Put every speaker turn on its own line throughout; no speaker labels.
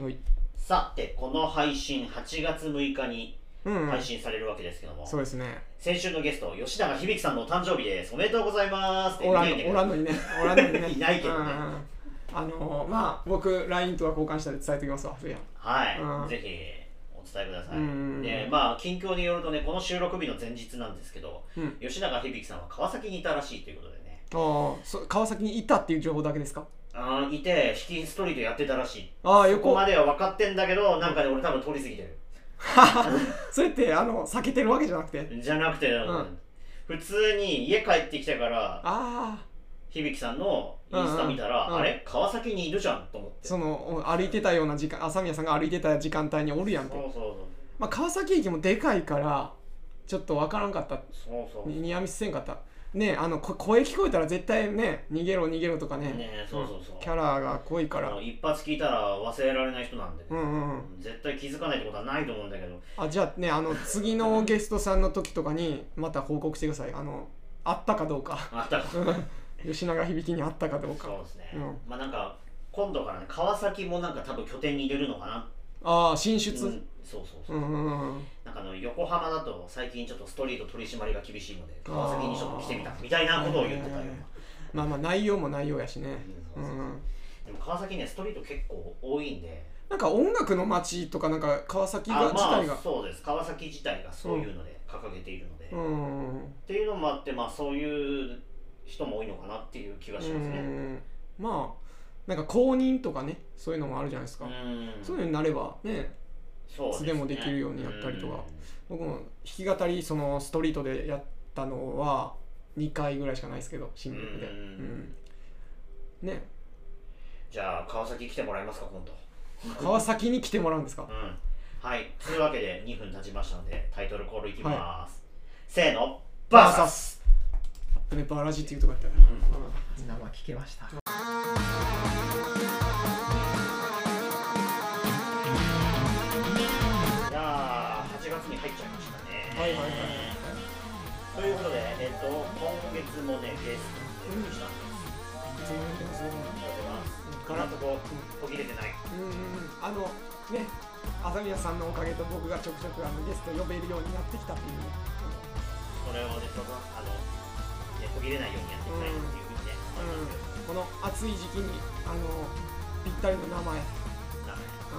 はい
さてこの配信8月6日に
うん、うん
配信されるわけですけども、
そうですね
先週のゲスト吉永響さんのお誕生日ですおめでとうございますって
おらんの
いな
お
い
らんの
んだ
に ねおらんのにね
いないけどね
うんうんあのーまあ僕 LINE とは交換したで伝えておきますわそれや
は
うん
いぜひお伝えください、
うん
でまあ近況によるとねこの収録日の前日なんですけど
うん
吉永響さんは川崎にいたらしいということでね
あーそ川崎にいたっていう情報だけですか
あーいて引きストリートやってたらしい
ああ
そこ
横
までは分かってんだけどなんかね俺多分通り過ぎてる
それってあの避けてるわけじゃなくて
じゃなくて、
ん
普通に家帰ってきたから
ああ
響さんのインスタ見たら、
うんうん
あれ川崎にいるじゃんと思って
そのお歩いてたような時間朝宮さんが歩いてた時間帯におるやん
そ
て、
うそうそう
まあ、川崎駅もでかいからちょっとわからんかった
そうそう
にニアミスせんかったねえあのこ声聞こえたら絶対ね逃げろ逃げろとかね
ねえそうそうそうん
キャラが濃いか
あ
ら
の一発聞いたら忘れられない人なんでね、
うんうんうん
絶対気づかないってことはないと思うんだけど
あじゃあねあの次のゲストさんの時とかにまた報告してくださいあのあったかどうか
あったかそう
吉永響にあったかどうか
ですね、
うん
まあなんか今度からね川崎もなんか多分拠点に入れるのかな
ああ進
うん、そう
出
そうそうう、
んうんうん
なんかあの横浜だと最近ちょっとストリート取り締まりが厳しいので川崎にちょっと来てみたみたいなことを言ってたよ、
まあまあ内容も内容やしね
う
うん
そうそうそうんでも川崎ねストリート結構多いんで
なんか音楽の街とかなんか川崎が
あ
自
ま
体
あ
が
そうです川崎自体がそういうので掲げているので、
う
っ
ん
ていうのもあってまあそういう人も多いのかなっていう気がします
う
ね
んまあなんか公認とかねそういうのもあるじゃないです
う
か
ん
そういうのになればね
そうすね
いつでもできるようにやったりとか僕も弾き語りそのストリートでやったのは2回ぐらいしかないですけど新曲で、う
う
んんね
じゃあ川崎来てもらえますか今度
川崎に来てもらうんですか
うんはいというわけで2分経ちましたのでタイトルコールいきます、せーのバーサス
スアップネバラジっていうとこやったよな、うん
生聞けました
いやー8月に入っちゃいましたね
はいはいはい
ということで、えっと、今月もねゲストに出てきたんです
全然いけますよ
このとこ途切れてない。
うんうんうんあのね朝宮さんのおかげと僕がちょくちょくあのゲスト呼べるようになってきたっていうね
これをね、そのあの、ね、途切れないようにやっていきたいっていうふうにね、
うんこの暑い時期にあのぴったりの名前、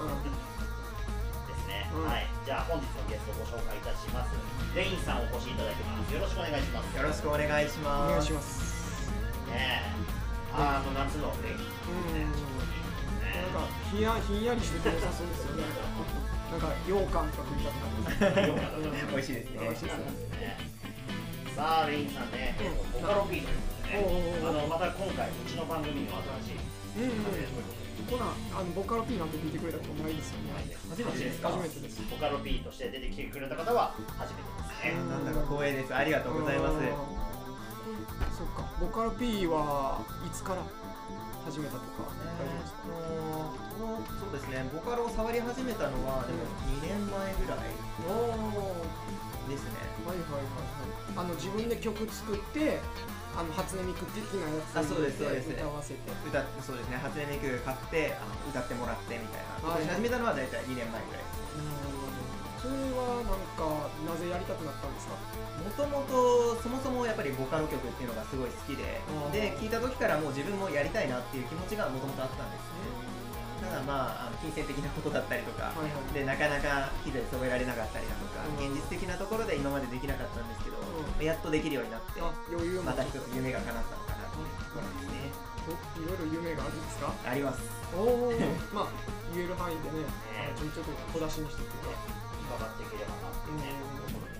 うん、
思ってますですね、
うん
はい。じゃあ本日のゲストご紹介いたします。レインさんお越しいただきます。よろしくお願いしま
お願いし
す。
よろしくお願いします
ます
ねえ。あーあの夏のレイン
うん
ね、ちょっといいですね
なん。かひんやひんやりしてて良さそうですよね。なんか羊羹とか食いたくなる。
よかったです
美味しいですね
美味しいですね
ねさあ、レインさんね、えっとボカロ P ということで
おうおうおう
ね、あのまた今回、うちの番組にも新しい
うんうん。
風という
コ
ことで
ナンあのボカロ P なんて聞いてくれたことないですよね。
初めてですか
初めてです。
ボカロ P として出てきてくれた方は初めてですね。
なんだか光栄ですありがとうございます
うんそっか、ボカロ P はいつから始めたとか大
え
丈夫ですか。
ーっとこのそうですねボカロを触り始めたのはでも2年前ぐらい
おお。
ですね
はいはいはいはい。あの自分で曲作って、あの初音ミク的なやつ
あそうですそうです
歌わせて。
歌ってそうですね初音ミク買ってあの歌ってもらってみたいな
はい
ことを始めたのは大体2年前ぐらい
うんそれはなんかなぜやりたくなったんですか。
もともとそもそもやっぱりボカロ曲っていうのがすごい好きで
うん
で聴いた時からもう自分もやりたいなっていう気持ちがもともとあったんですただまああの金銭的なことだったりと
は
か
いはい。
でなかなか機材揃えられなかったりだとか、
うん
現実的なところで今までできなかったんですけど、
う
やっとできるようになって
あ余裕も
また一つ夢が叶ったのかなというところ
お
ですね、
いろいろ夢があるんですか
あります
おおまあ言える範囲でねあのちょいちょい小出しにしてってね
伺っていければなっていうね、ところ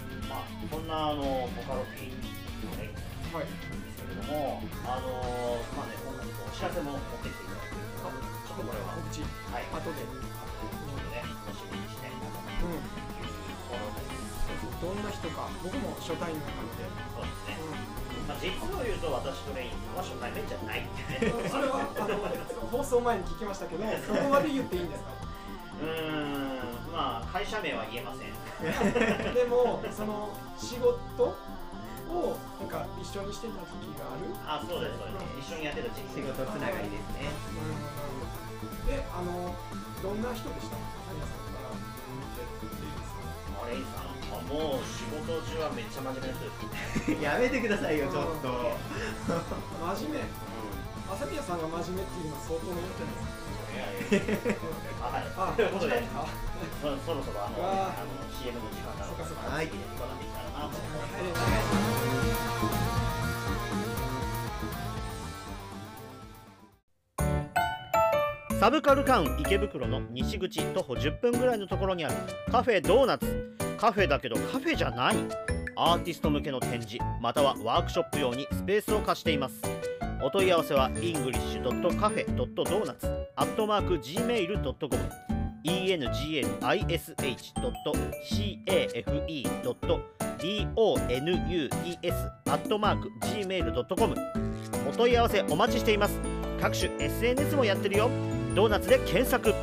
ですよね。まあ、こんなあのボカロ P のレイン
うん
さん
はい
ですけれども、あのまあね、今回お知らせも持ってきていただいているので、ちょっとこれは、
告知
はい、あと
後で
ちょっとね、楽しみにしていただきたい
うん
というところです。
どんな人か僕も初対面なので、
そうですね。まあ、実を言うと、私とレインさんは初対面じゃないってね。
うん、それは あのその放送前に聞きましたけどそこまで言っていいんですか
うーん、まあ、会社名は言えません。
でもその仕事ををなんか一緒にしてた時期がある、うん、
あそうですそうです一緒にやってた時期
仕事つながりですね
であのどんな人でした谷さんから見てっていいですか
あれいいさんあもう仕事中はめっちゃ真面目な人です、
やめてくださいよちょっと
真面目朝宮さんが真面目っていうのは相当なことじゃないですか
いやいやあ はいということで
時間か
そろそろあの
わ
あの CM の時間なので
そっかそっか
はい伺っていけたらなと思いますサブカルカウン池袋の西口徒歩10分ぐらいのところにあるカフェドーナツカフェだけどカフェじゃないアーティスト向けの展示またはワークショップ用にスペースを貸していますお問い合わせは english.cafe.donuts.gmail.com english.cafe.donuts.gmail.com お問い合わせお待ちしています各種 SNS もやってるよドーナツで検索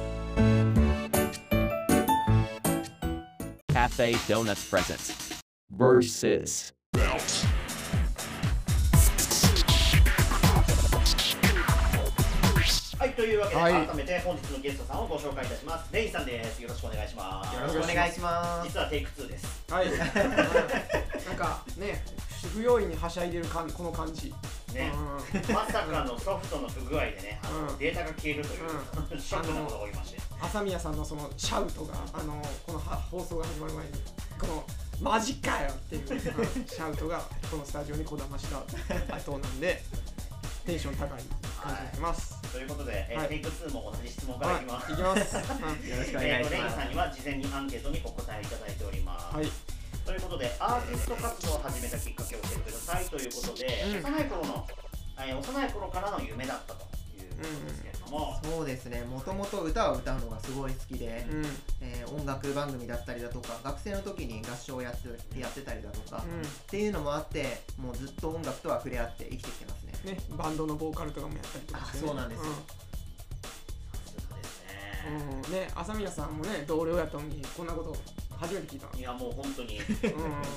Cafe Donuts presents versus. versus.
はいというわけで、
はい
改めて本日のゲストさんをご紹介いたしますレインさんですよろしくお願いします
よろしくお願いします
実はテイク2です
はいなんかね不用意にはしゃいでる感この感じ
ね
うん
まさかのソフトの不具合でね、あ
う
の
ん
データが消えるという、 ショックなことが起きまして、
朝宮さんのそのシャウトがあのこのは放送が始まる前にこの「マジかよ!」っていううんシャウトがこのスタジオにこだました後なんでテンション高い感じになってます。
ということで、えー
はい
テイク2も同じ質問から
はい
いきます。
いきます。
よろしくお願
えー
い
と、
し
レイン
ます
さんには事前にアンケートにお答えいただいております。
はい、
ということで、アーティスト活動を始めたきっかけを教えてくださいということで、
うん
幼い頃の、えー幼い頃からの夢だったということですけれども、
そうですねもともと歌を歌うのがすごい好きで、
うん、
えー音楽番組だったりだとか学生の時に合唱をやってやってたりだとか、っ
うん
ていうのもあってもうずっと音楽とは触れ合って生きてきてますね
ね、バンドのボーカルとかもやったりとかして、ね、
あそうなんですよ
うん
さすがですね。
うんね朝宮さんもね同僚やったのにこんなこと初めて聞いた
いや、もう本当
う
に、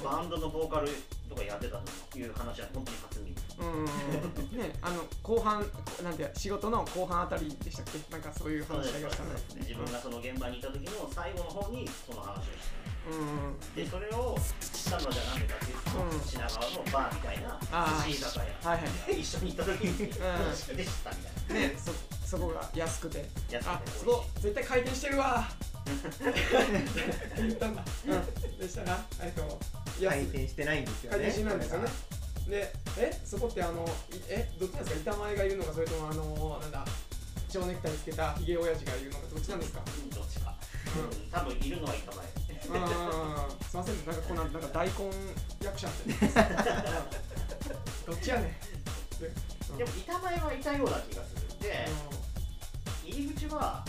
バンドのボーカルとかやってたという話は本当に初耳。
ん、うん、ねあの後半なんて仕事の後半あたりでしたっけなんかそういう
そうで
話
す
がしたね
そうです自分がその現場にいた時の最後の方にその話をし
うんうん
てでそれをしたのじゃなんでかっていうと、
うん
品川のバーみたいな
あー
寿司居酒屋
はいは
一緒に行った時に話 で知ったみたい
いねそそこが安くて
な安
あ
くて
すごい絶対回転してるわ言ったんだ、うん、でしたらえっと安
回転してないんですよね
回転しないんですよねでえそこってあのいえどっちなんですか板前がいるのかそれともあのなんだ蝶ネクタイつけたヒゲ親父がいるのかどっちなんですか
うんどっちか、うん、多分いるのは板前
うんうんうんうんすいませんなんかこんななんか大根役者みたい なうんどっちやねんでうん
でも板前はいたような気がするで入り口は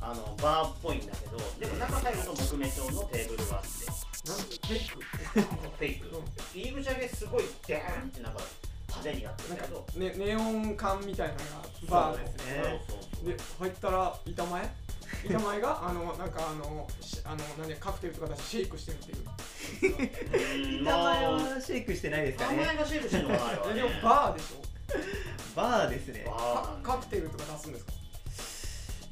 あのバーっぽいんだけどでも中入ると木目調のテーブルがあって
なんでテック
フェイク
うん
入り口だけすごいデーンってなんか派手になってる
なんん
だけど
か、ね、ネオン管みたいなのがバーの
そうですね
そうそうそう
で入ったら板前板前があのなんかあのしあの何カクテルとか出してシェイクしてるっていう
名
名前はシェイクしてないですか
名前
ね
がシェイクしてるのかなあれは
え
ね
でもバーでしょ
バーですね
バ
か
ー
カクテルとか出すんですか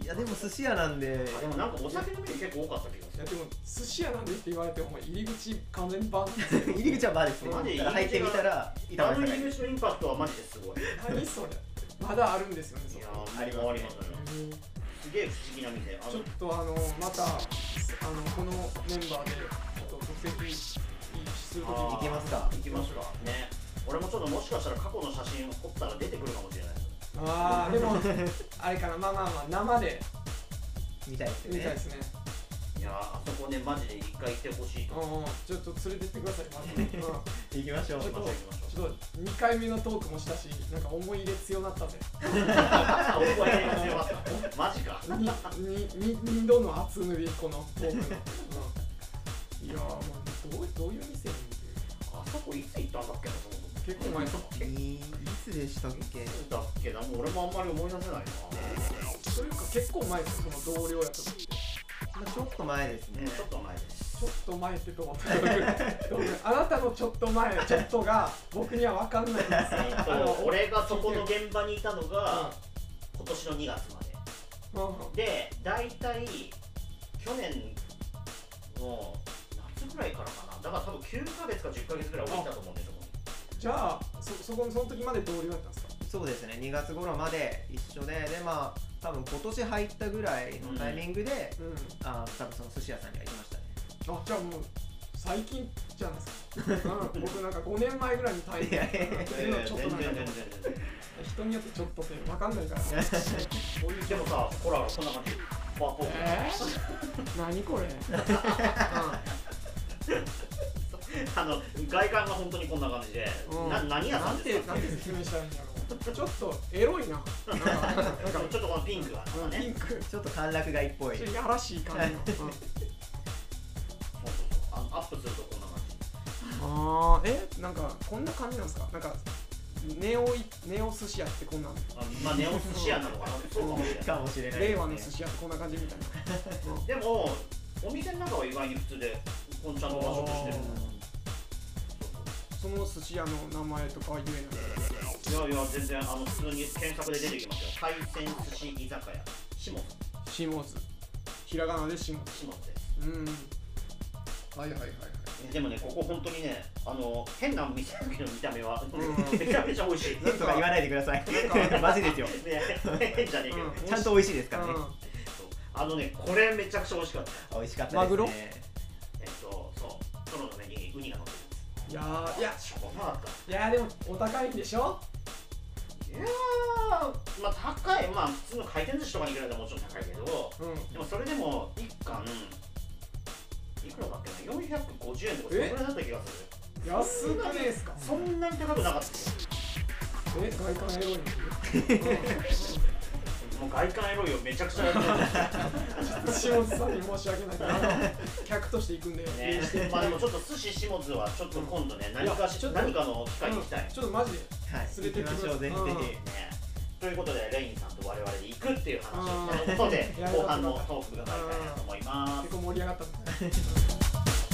いやでも寿司屋なんで
でもなんかお酒のメニュー結構多かった気
い
がす
や
る
でも寿司屋なんでって言われてお前入り口完全にバーなんですよ
入り口はバーですね
マジ
ただ入ってみたら板
あ
前
の
さんが
入り口のインパクトはマジですごいいや
何それまだあるんですよねそこ
ー
あります
ありますね
うん
すげえ不思議な店あ
ちょっ
の
とあのまたあのこのメンバーでちょっと特選するときに
あ
行きますか
行きますかね俺もちょっともしかしたら過去の写真を撮ったら出てくるかもしれない
あーで もあれかなまあまあまあ生で
みたいですよ
見たいで
ね
すね
いやーあそこねマジで一回行ってほしいと思
うんうんちょっと連れてってくださいまず、うん、ちょ
行きましょう
ちょっ
いま
と
しょう行きましょう
っと2回目のトークもしたしなんか思い入れ強なったぜ
あ覚えてますよかったマジか
2度の厚塗りこのトークの、うん、いやーもうどうどういう店に
あそこいつ行ったんだっけな
結構前か
と思って
いいつでしたっけ
いつだっけなもう俺もあんまり思い出せないな
というか結構前ですその同僚やった時って
まあちょっと前ですね
う んちょっと前です
ちょっと前ってどうどうあなたのちょっと前ちょっとが僕には分かんないんですよあの
俺がそこの現場にいたのが
う
今年の2月まで
んうん
で大体去年の夏ぐらいからかなだから多分9ヶ月か10ヶ月ぐらい置いたと思うんですよ
じゃあそそこその時まで同僚だったんですか
そうですね2月頃まで一緒ででまあ多分今年入ったぐらいのタイミングで、
うん
あー多分その寿司屋さんには行きましたね
あじゃあもう最近じゃないですか、うん、僕なんか5年前ぐらいに退
いやいや
院今ちょっとなんか
全然
人によってちょっとって分かんないから
でもさほらこんな感じパワーポーズ
えー、何これ、う
あの外観が本当にこんな感じで、
うん
な何
ん、
屋さ
なんん
で
て
すか
なんて説明したらいいんだろうちょっとエロいななんかなんか
ちょっとこのピンクが
うんピ
ね、
ンク
ちょっと歓楽街っぽい
ちょっとやらしい感じの、うん
そうそうそうあのアップするとこんな感じ
ああえなんかこんな感じなんですかなんかネオいネオ寿司屋ってこんなん
あまあネオ寿司屋なのかなそうかもしれない
かもしれないですね
令和の寿司屋ってこんな感じみたいな、
でもお店の中は意外に普通でこんちゃんと和食してる
その寿司屋の名前とかは言えない
いやいや全然あの普通に検索で出てきますよ海鮮寿司居酒屋下津
シモズひらがなでシモズ
下津で
うんはいはいはいはい
すでもねここ本当にねあの変な店だけど見た目は
うん
めちゃめちゃ美味しい
なん とか言わないでください マジで すよ
ね変じゃねえけど、
うん
ちゃんと美味しいですからね
う
そうあのねこれめちゃくちゃ美味しかった
あ美味しかったですね
マグロ
えっとそうトロの上にウニが乗って
んいやーいや
るしょうがなかった
いやーでもお高いんでしょ
いやーまあ高いまあ普通の回転寿司とかに比べたらもちろん高いけど
うん
でもそれでも1貫いくらだっけな450円とかそれぐらいだった気がする
安くねえっすか
そんなに高くなかったよ
え外観エロいの
もう外観エロいよめちゃくちゃやっ
下
て
津さんに申し訳ないけどあの客として行くんで
るねまあでもちょっと寿司下津はちょっと今度ね何かし
いやちょっと
何かの機会に行きたい、ね
ちょっとマジで
はい
連れて
行
っ
き
て
ましょうぜひぜ
うん
ということでレインさんと我々で行くっていう話をしたことで
うん
後半のトークが大会だと思います
結構盛り上がったんですね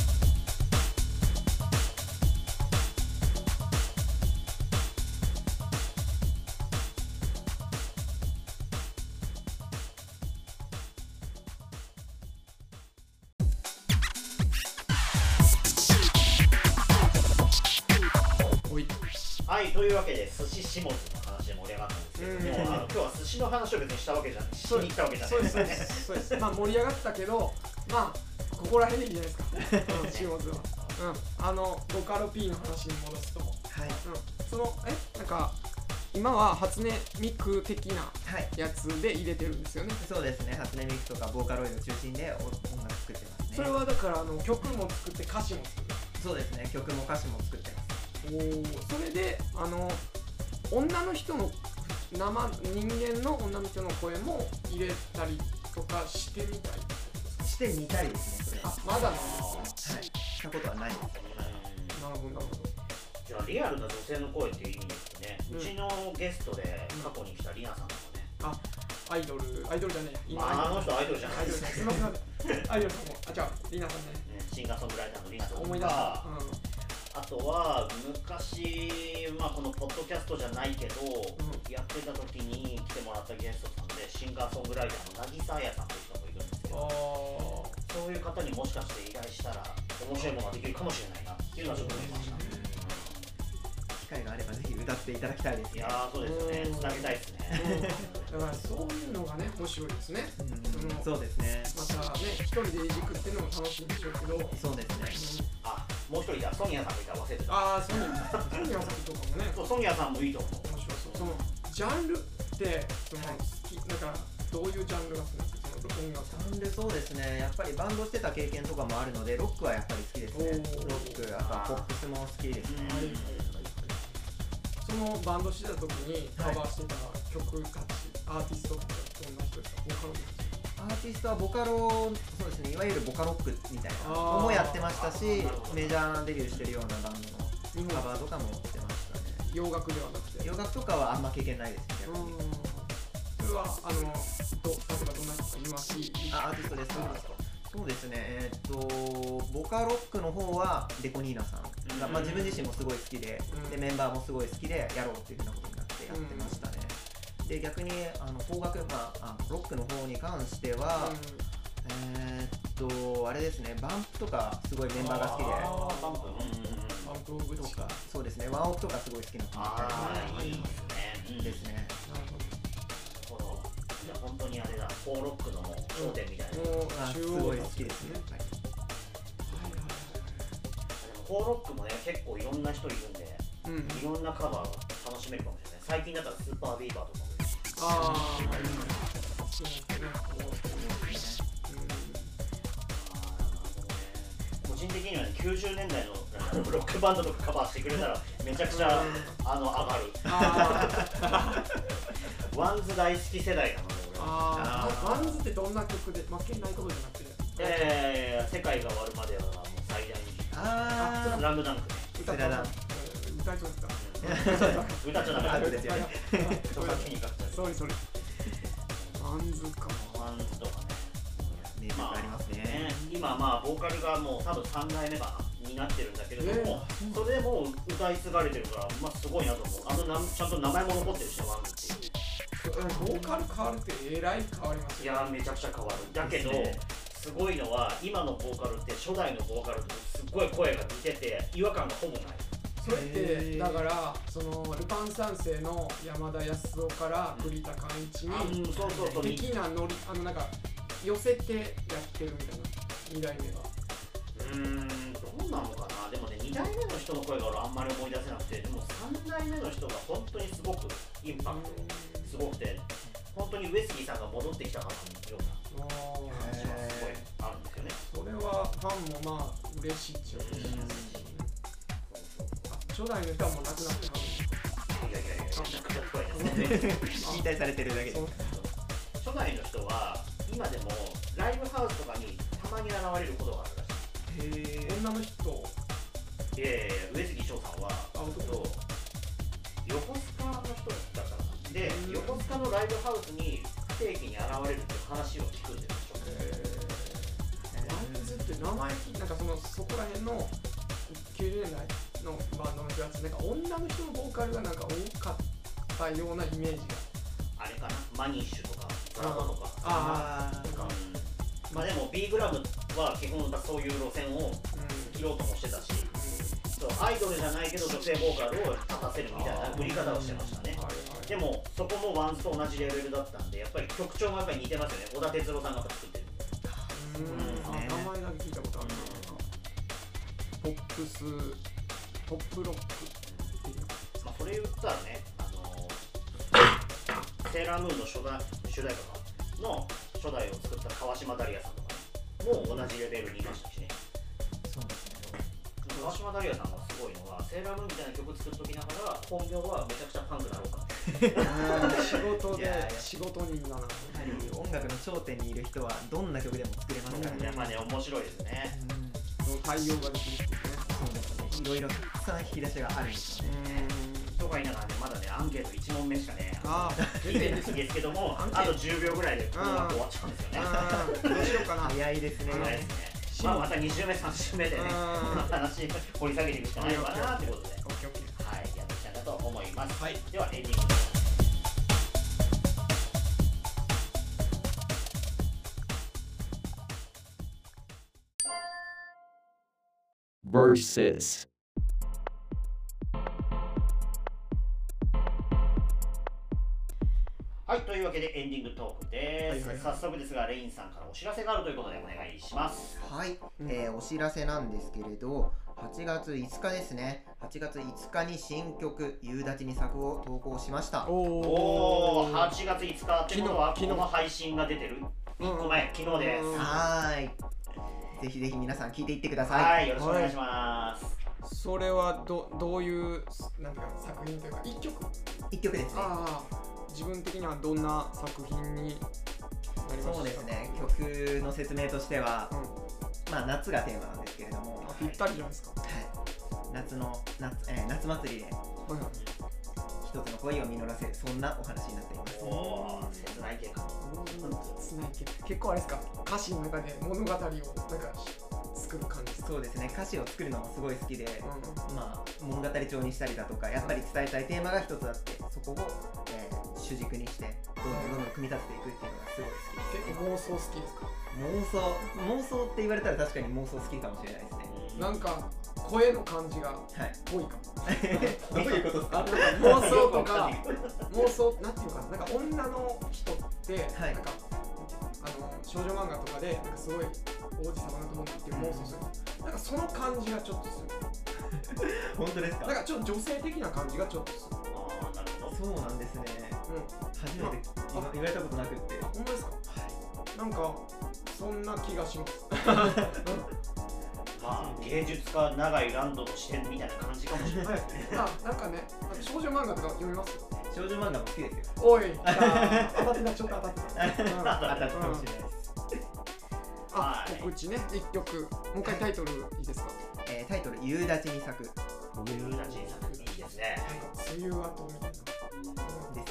おい
はい、というわけで寿司下津の話で盛り上がったんですけど
う
も、
ん
あの今日は寿司の話を別にしたわけじゃないしに行ったわけじゃな
そう
い
で
ですす
そう
よ
ですそ
ね
うですまあ盛り上がったけどまあここら辺でいいじゃないですか、うん、下津はうんあのボカロ P の話に戻すと
はい
うん、そのえなんか今は初音ミク的な
はい
やつで入れてるんですよね
そうですね初音ミクとかボーカロイド中心でお音楽作ってますね
それはだからあの曲も作って歌詞も作
そうですね曲も歌詞も作ってます
るおそれであの女の人の生人間の女の人の声も入れたりとかしてみたい
してみたいですねそれ
あ
は
まだなんで
はいしたことはないです
すなるほどなるほど
じゃあリアルな女性の声っていう意味ですね、
う
うんちのゲストで過去に来たリナさんとかね、
アイドルアイドルじゃねえ今
まあ、あの人アイドルじゃな
ア
い
イ
で
ドル
す
だ
か、ね、
すいませんすいませんアイドルさんもあじゃあリナさんね
シンガーソングライターのリナさん
思い
と
出した
か、あとは昔、まあ、このポッドキャストじゃないけど、
う
やってた時に来てもらったゲストさんでシンガーソングライターの渚彩さんという人もいるんです
う
け
ん
ど
あー
そういう方にもしかして依頼したら面白いものができるかもしれないなっていうのはちょっと思いました、
機会があればぜひ歌っていただきたいです
い
ね
やーそうですよねつなげたいですね
だからそういうのがね面白いですね
うんそうですね
またね一人でいじくってのも楽しいんでしょうけど、うん
そうですね
あもう一人だソニアさんがいたら忘れてた
ああソニーソニーさんとかもね
そうソニアさんもいいと思う
面白そうそのジャンルってその好きだからどういうジャンルが好きなんですかその音楽
なんでそうですねやっぱりバンドしてた経験とかもあるのでロックはやっぱり好きですね
おー
ロックあとはポップスも好きですね
うん
そのバンドしてた時にカ
はい
バーしてた曲たち、アーティストとかどんな人ですかボカロですか
アーティストはボカロそうですねいわゆるボカロックみたいな
あー
のもやってましたし
なるほど
メジャーデビューしてるようなバンド
日
のカ
本
バーとかもしてましたね
洋楽ではなくて
洋楽とかはあんま経験ないですね逆に
うんそれはあのど例えばどんな人か言わし
あアーティストですかそうですねえーっとボカロックの方はデコニーナさんが、
うん
まあ、自分自身もすごい好きで,、
うん
でメンバーもすごい好きでやろうっていうふうなことになってやってましたね、で逆にあの邦楽、まあ、あのロックの方に関しては、えーっとあれですねバンプとかすごいメンバーが好きで
あーバンプ
バンプオブ
と
チキン
かそうですねワンオクとかすごい好きなの
ああいいですねうん
ですね
なるほど
このいや本当にあれだフォーロックの頂点みたいな、で
もう
あす
中央
ごい
だ
好きですねやっぱり
もフォーロックもね結構いろんな人いるんで
うん
いろんなカバーが楽しめるかもしれない最近だったらスーパービーバーとかも
ああそうですね
あーもうね個人的にはね90年代のあのロックバンドとかカバーしてくれたらめちゃくちゃあの上がる
うんあー
ワンズ大好き世代なので俺は
あー
あ
ワンズってどんな曲で負けないとこじゃなくて
いやいやいやいや世界が終わるまではもう最大に
あ
スラムダンクね
歌ったのうん歌いそうですか
歌っちゃダメだ
ダメですよね
著作権にかっちゃう
それそれワンズか
ワンズとかね
ー名曲ありますね
ね今まあボーカルがもう多分3代目かなになってるんだけれども、それでもう歌い継がれてるから、まあ、すごいなと思うあのなんちゃんと名前も残ってるしねワンズってい
ボー
う
カル変わるってえらい変わります
い
よ
やーめちゃくちゃ変わるだけど
ですね
すごいのは今のボーカルって初代のボーカルとすっごい声が似てて違和感がほぼない
それっ
へ
て
ー
だからそのルパン三世の山田康夫から栗田寛一
あうん
に
そうそうそう
的なノリあのなんか寄せてやってるみたいな二代目が
うーんどうなのかなでもね2代目の人の声が俺あんまり思い出せなくてでも3代目の人が本当にすごくインパクトすごくて本当に上杉さんが戻ってきたかのような
もう
感じはすごいあるんですよね
それはファンもまあ嬉しいっちゃ嬉しいですよねあ初代の人はもう亡くなって
いやいやいやめちゃくちゃ怖いですね
引退されてるだけで
はる
初代の人は今でもライブハウスとかにたまに現れることがあるらしい
へえ女の人
いやいやいや上杉翔さんは
あ男
そう横須賀の人だったかなで
うん
横須賀のライブハウスに不定期に現れるっていう話を聞くんですよ
バンズって名前聞いなんかそのそこら辺の90年代のバンドの人たちなんか女の人のボーカルがなんか多かったようなイメージが
あれかなマニッシュとかドラマとか
あ
あ
あか
うんまあでも B グラムは基本そういう路線を
うん
切ろうともしてたしそうアイドルじゃないけど女性ボーカルを立たせるみたいな売り方をしてましたね
はいはい
でもそこもワンスと同じレベルだったんでやっぱり曲調もやっぱり似てますよね小田哲郎さんが作ってる
うんあ名前だけ聞いたことあるポップスポップロックっていう
まあ、それ言ったらね、あのーセーラームーンの初代主題歌かなの初代を作った川島ダリアさんとかね、もう同じレベルにいましたしね。
そうですね
川島ダリアさんがすごいのは、セーラームーンみたいな曲作っときながら、本業はめちゃくちゃパンクだろうかって。
仕事
いやい
で
や
仕事人だな
やはり音楽の頂点にいる人はどんな曲でも作れますからね
やっぱね、面白いですね。
その対応ができるっていうね
そうですねいろいろたくさん引き出しがあるんですよね
とか言いながらね、まだね、アンケート1問目しかね、
あ
いいですですけども、あと10秒ぐらいでこの枠終わっちゃうんですよね。
あうんどうしようかな
早いですね
早いですね。まあ、また2週目、3週目でね、
うん
この話掘り下げていくしかないのかなってことで。
オッケーオッケー
はい、やっていきたいなと思います。
はい
ではエンディングです。
Versus.
はい、というわけでエンディングトークです。
はいはい
早速ですが、レインさんからお知らせがあるということでお願いします。
はい、えーお知らせなんですけれど8月5日ですね8月5日に新曲「夕立に作」を投稿しました
お
おお、
お
8月5日ってことは、
昨日昨日
この配信が出てる
うん
1個前、昨日です。
はーいぜひぜひ皆さん聴いていってください
はい、よろしくお願いします。
それはどどういうなんていうか作品というか一曲
1曲ですね
ああ自分的にはどんな作品になりました
そうですね曲の説明としては
う、ん
まあ、夏がテーマなんですけれども、
あぴったりじゃないですか
はい、夏の夏,、えー夏祭り
は
で
いはい
一つの恋を実らせるそんなお話になっています
おお、切ないけど。
おー切ないっけ結構あれですか歌詞の中で物語をなんか作る感じですか、
そうですね歌詞を作るのもすごい好きで、
う
まあ、物語調にしたりだとかやっぱり伝えたいテーマが一つあってそこを、えー主軸にしてどんどんどんどん組み立てていくっていうのがすごい好きですね
ん、結構妄想好きですか
妄想妄想って言われたら確かに妄想好きかもしれないですね
なんか声の感じが
はい
ぽいかも
どういうことですか
あなんか妄想とか妄想なんていうかななんか女の人って、
はい
なんかあの少女漫画とかでなんかすごい王子様だと思って言って妄想するなんかその感じがちょっとする
本当ですか
なんかちょっと女性的な感じがちょっとする
ああなるほど
そうなんですね
うん
初めて言わ言われたことなくって
ほんまですかなんかそんな気がし ます
まあ芸術家永井ランドの視点みたいな感じかもしれない
はい、あなんかね、少女漫画とか読みますよ。
少女漫画も好きですよ
おい、あー当たってた、ちょっと当たってた。うん
当たったかもしれないです、
あ
はい
告知ね、一曲、もう一回タイトルいいですか。
えータイトル「夕立に咲く」で
夕立に作いいですね
なんか梅雨後みたいな。
すね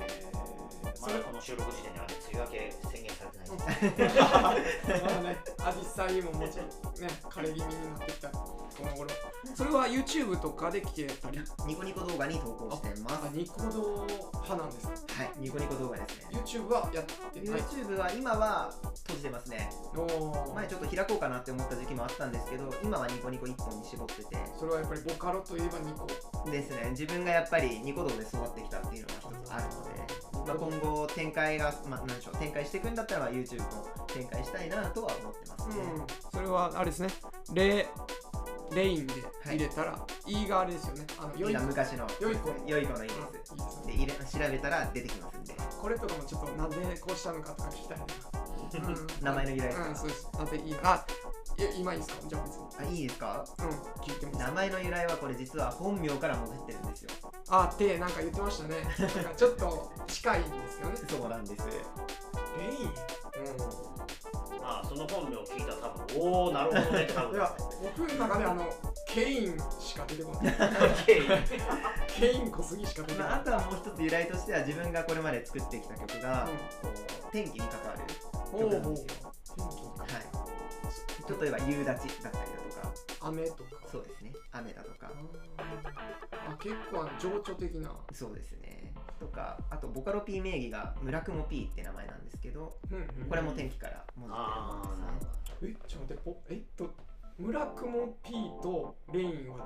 えーそ
ま
れ
だ この収録時点ではね梅雨明け宣言されてないです
まだね、アジサイももちろんね、枯れ気味になってきた、この頃。それは YouTube とかで聞けたり、
ニコニコ動画に投稿してます
あ、ニコ動派なんですか。
はいニコニコ動画ですね
YouTube はやってない。
YouTube は今は閉じてますね
おー
前ちょっと開こうかなって思った時期もあったんですけど今はニコニコ一本に絞ってて
それはやっぱりボカロといえばニコ。
ですね自分がやっぱりニコ動で育ってきたっていうのが一つあるので、まあ、今後展開が、まあ、なんでしょう展開していくんだったらまあ YouTube も展開したいなとは思ってますね、
うん、それはあれですねレレインで入れたら、い、いがあれですよねあの良い
今
子うんいいで
昔の
良い子
良い子のいいですす
ね
で入れ調べたら出てきますんで
これとかもちょっとなんでこうしたのかとか聞きたいな、うん、
名前の由来ですか
うんそうですなんでいいあいや今いいですかじゃあ別に
あいいですか
うん聞いてもいいです
名
か
前の由来はこれ実は本名からもずってるんですよ
あってなんか言ってましたねなんかちょっと近いんですよね
そうなんです
レイン
まあその本名を聞いたら多分おおなるほどねって多
うんい
分
や僕の中であのケインしか出てこないケイン小杉しか出てこ
ま
な
あ、あ
い、
とはもう一つ由来としては自分がこれまで作ってきた曲が、こう天気に関わる
うん、
曲
ほ
な
うんほ
で
う
すよ、はい、例えば夕立だったりだとか
雨とか
そうですね雨だとか
あ結構あの情緒的な、
そうですねとかあとボカロ P 名義が村雲 P って名前なんですけど
うん
これも天気からもじ
ああなるほど
えちょっと待っておえっと村雲 P とレインは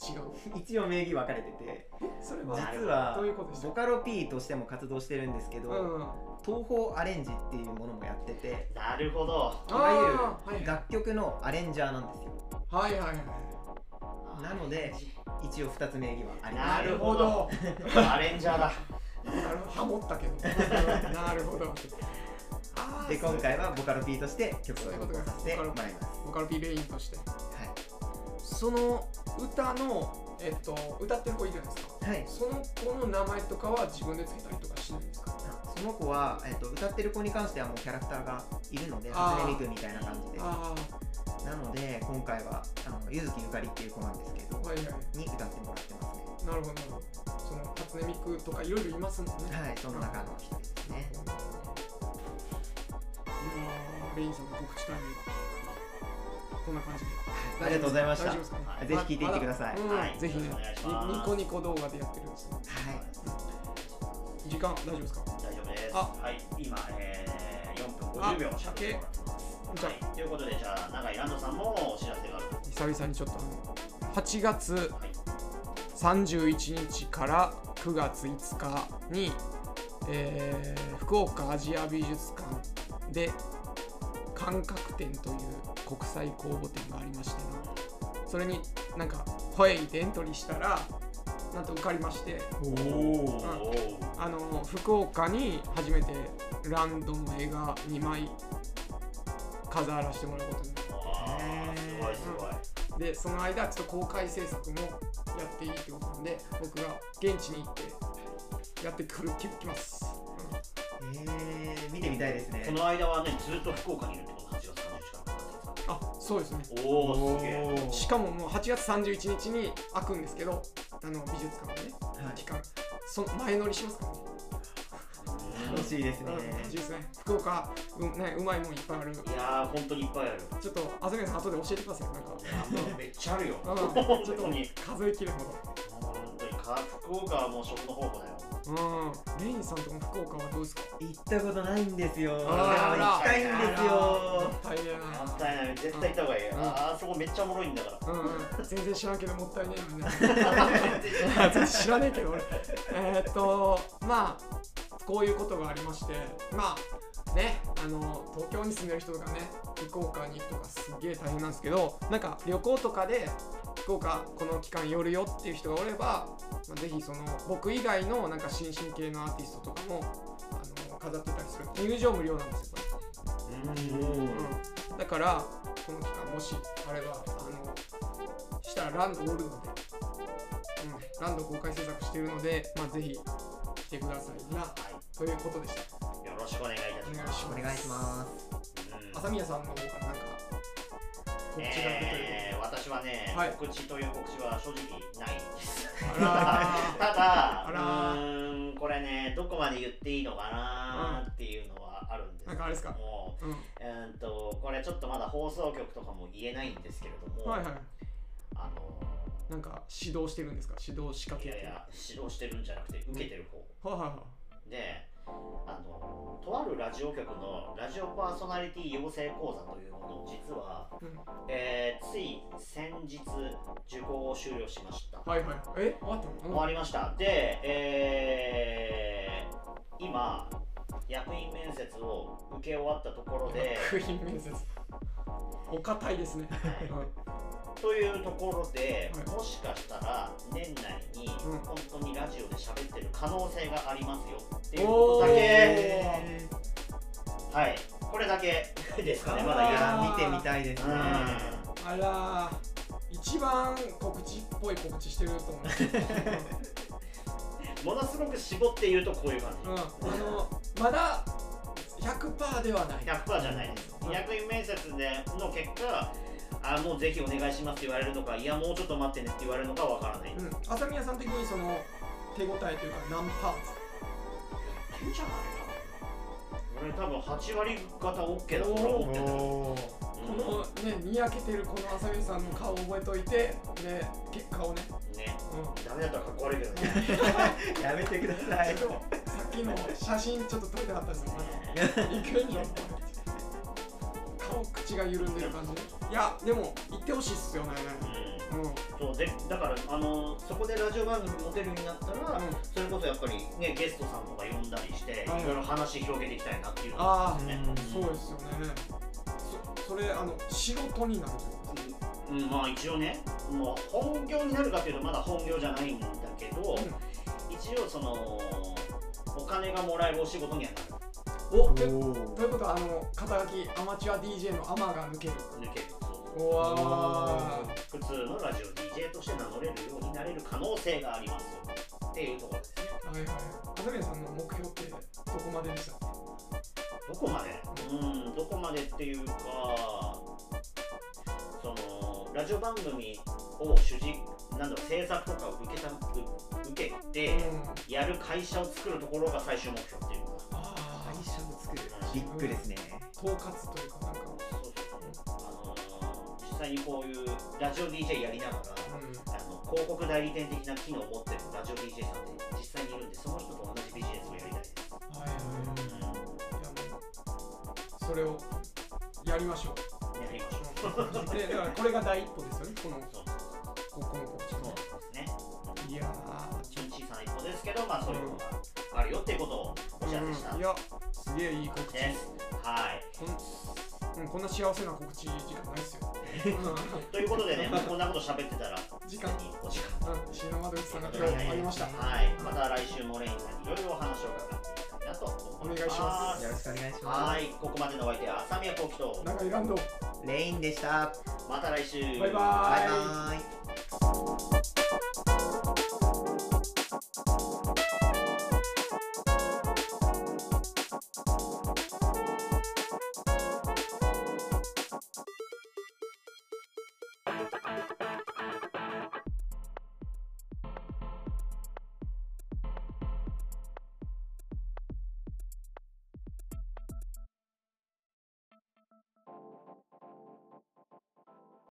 違う
ってるものですね一応名義分かれてて
それは
実は
どういうことでしょ
ボカロ P としても活動してるんですけど、
う、うん、あ
東宝アレンジっていうものもやってて
なるほど
ー
いわ
はい
ゆる楽曲のアレンジャーなんですよ
はいはいはい
なので一応2つ名義はあります
なるほどアレンジャーだ
なるほどハモったけどなるほどあー
で
そう
今回はボカロ P として曲
そう
を
いう
投
こと
稿
か
させてもらいます、
ボカロ P レインとして
は
その歌のえっと歌ってる子いるじゃないですか
い、はい、
その子の名前とかは自分でつけたりとかしないんですか
その子は、えっと歌ってる子に関してはもうキャラクターがいるので
あー
初音ミクみたいな感じで
あ
なので今回はあの柚木ゆかりっていう子なんですけど
あはいはい
に歌ってもらってますね
なるほどなるほどその初音ミクとかいろいろいますもんね
はいその中の一人ですね
レインさんの告知タイムこんな感じで
ありがとうございました
大丈夫ですかね
はい
ぜひ聞いていってください、
うん
はい
ぜひね
お願いします
ニニコニコ動画でやってるんですね
はい
時間大丈夫ですか
大丈夫です。
あ
はい、今、えー、4分50秒
あ
喋ってもらってます。
じゃ
はい、ということで、じゃあ、永井ランドさんもお知らせがあると。
久々にちょっとあの8月
はい、
31日から9月5日に、えー福岡アジア美術館で感覚展という国際公募展がありましてなそれになんか「ホエイ」でエントリーしたらなんと受かりまして
お
ー
ー
あの福岡に初めてランドの映画2枚飾らせてもらうことになっ
あーすごいすごい。
てでその間ちょっと公開制作もやっていいってことなんで僕が現地に行ってやってくるききます、
えー、見てみたいですね
この間はね、ずっと福岡にいるってことなんですよ、8月
うんあそうですね
31日から。おお、すげえ。
ー
しかももう8月31日に開くんですけどあの美術館がね
はい
期間その前乗りしますからね
うん
しいですね。
うん、美味しいですね。福岡、うん、ね、うまいもんいっぱいある。
いやー、本当にいっぱいある。
ちょっと、あずみさん、後で教えてください。なんか、
めっちゃあるよ。
うん
本
ちょっと
当に。
数え切るほ
本当に、か福岡はもう食の宝庫だよ。
ど。うん。レインさんとも福岡はどうですか
行ったことないんですよ。
あら
行きたいんですよ。
大変や
もったいない、絶対行った方がいいよ。
うん
あーそこめっちゃおもろいんだから。
な。うん。全然知らんけど、もったいないもんね。 全然知らねえけど、俺。えーっと、まあ、こういうことがありまして、まあ、ね、あの東京に住んでる人とかね福岡に行くとかすげえ大変なんですけどなんか旅行とかで福岡この期間寄るよっていう人がおれば、まあ、ぜひその僕以外のなんか新進系のアーティストとかもあの飾ってたりする入場無料なんですよこれ、うん、だからこの期間もしあればあのしたらランドおるので、うん、ランド公開制作しているので、まあ、ぜひ来てくださいなということでした
よろしくお願いいたし
お
ま
願いし
お
ます
願いします。
す。
朝宮さんの方からなんか告知が出てる、
えー、私はね、
はい
告知という告知は正直ないです。
あ
ただ、
あ
う
ら
ーん、これね、どこまで言っていいのかなーっていうのはあるんです
な
けど
んかあれですか
も
らー、
うーんと、これちょっとまだ放送局とかも言えないんですけれど
うん、
も、
はいはい
あ
な
の
んか指導してるんですか指導仕掛
ー、い
けて
やいや、指導してるんじゃなくて、受けてる方。
はいはいは
であのとあるラジオ局のラジオパーソナリティ養成講座というものを実は、
い、うん
えーつい先日受講を終了しました、
はいはいえ終わった
終
の
わりましたで、えー今役員面接を受け終わったところで
役員面接お堅いですね
というところで、
はい
もしかしたら年内に
うん
本当にラジオで喋ってる可能性がありますよっていうことだけはいこれだけですかねまだ言えない
あー
見てみたいですね。
う
あらー一番告知っぽい告知してると思う、
んものすごく絞って言うとこういう感じ
うん、あのまだ100%ではない
100%じゃないです
うん
役員面接での結果あもうぜひお願いしますって言われるのかいやもうちょっと待ってねって言われるのかわからない、
うん、朝宮さん的にその手応えというか何パーツ
いいじゃないかな俺多分8割方 OK だと
お
思ってた、
おー
このね見分けてるこの朝宮さんの顔を覚えといてで結果をね、
うんね
うん、
ダメだったらかっこ悪いけどね
やめてください。
ちょっとさっきの写真ちょっと撮りたかったですよいけんじゃん顔口が緩んでる感じいやでも行ってほしいっすよね
うん
うんうん
そうでだからあのそこでラジオ番組持てるようになったら、
うん
それこそやっぱりねゲストさんとか呼んだりして、
はい
い、ろいろ話広げていきたいなっていうのが
ああ
ね
そうですよねそそれあの仕事になるというか
うん、まあ一応ねもう本業になるかというとまだ本業じゃないんだけど、一応そのお金がもらえるお仕事にはな
お
お
で
ー
ということはあの肩書きアマチュア DJ のアマが抜ける
る抜けるそう
わー
う普通のラジオ DJ として名乗れるようになれる可能性がありますよっていうところですね
はいはい朝宮さんの目標ってどこまででしたっけ
どこまでうんどこまでっていうかそのラジオ番組を主軸なんだろう制作とかを受けたう受けて
うん
やる会社を作るところが最終目標っていうか
あ
会
ー
社を作る。ビッグですね。
統括というかなんか
そうそうあのー実際にこういうラジオ DJ やりながら
う
あの広告代理店的な機能を持ってるラジオ DJ さんって実際にいるんでその人と同じビジネスをやりたいです、
んはいはいいやもうそれをやりましょう。
やりましょう
でだからこれが第一歩ですよね、この
そう
ここの告知
そう
の。
そうですね
いや
ちょっと小さな一歩ですけど、まあ、そういうのがあるよっていうことをお知らせした
ー、
ん
い
で
や、すげえいい告知。
す。はい。
こん,、うん、こんな幸せな告知時間ないです よ。う
ということでね、もうこんなこと喋ってたら、
ん時間、
にお時間
うん、死ぬ窓口さんが今日ありました。
はい。また来週もレインさんにいろいろお話を伺っていきたいなと思います。
お願いしま
よろしくお願いしま
はい。ここまでのお相手は浅宮幸喜と、
長いランド、
す。レインでした。
また来週。
バイ
バ
バ
イ
ーイ。
バイ。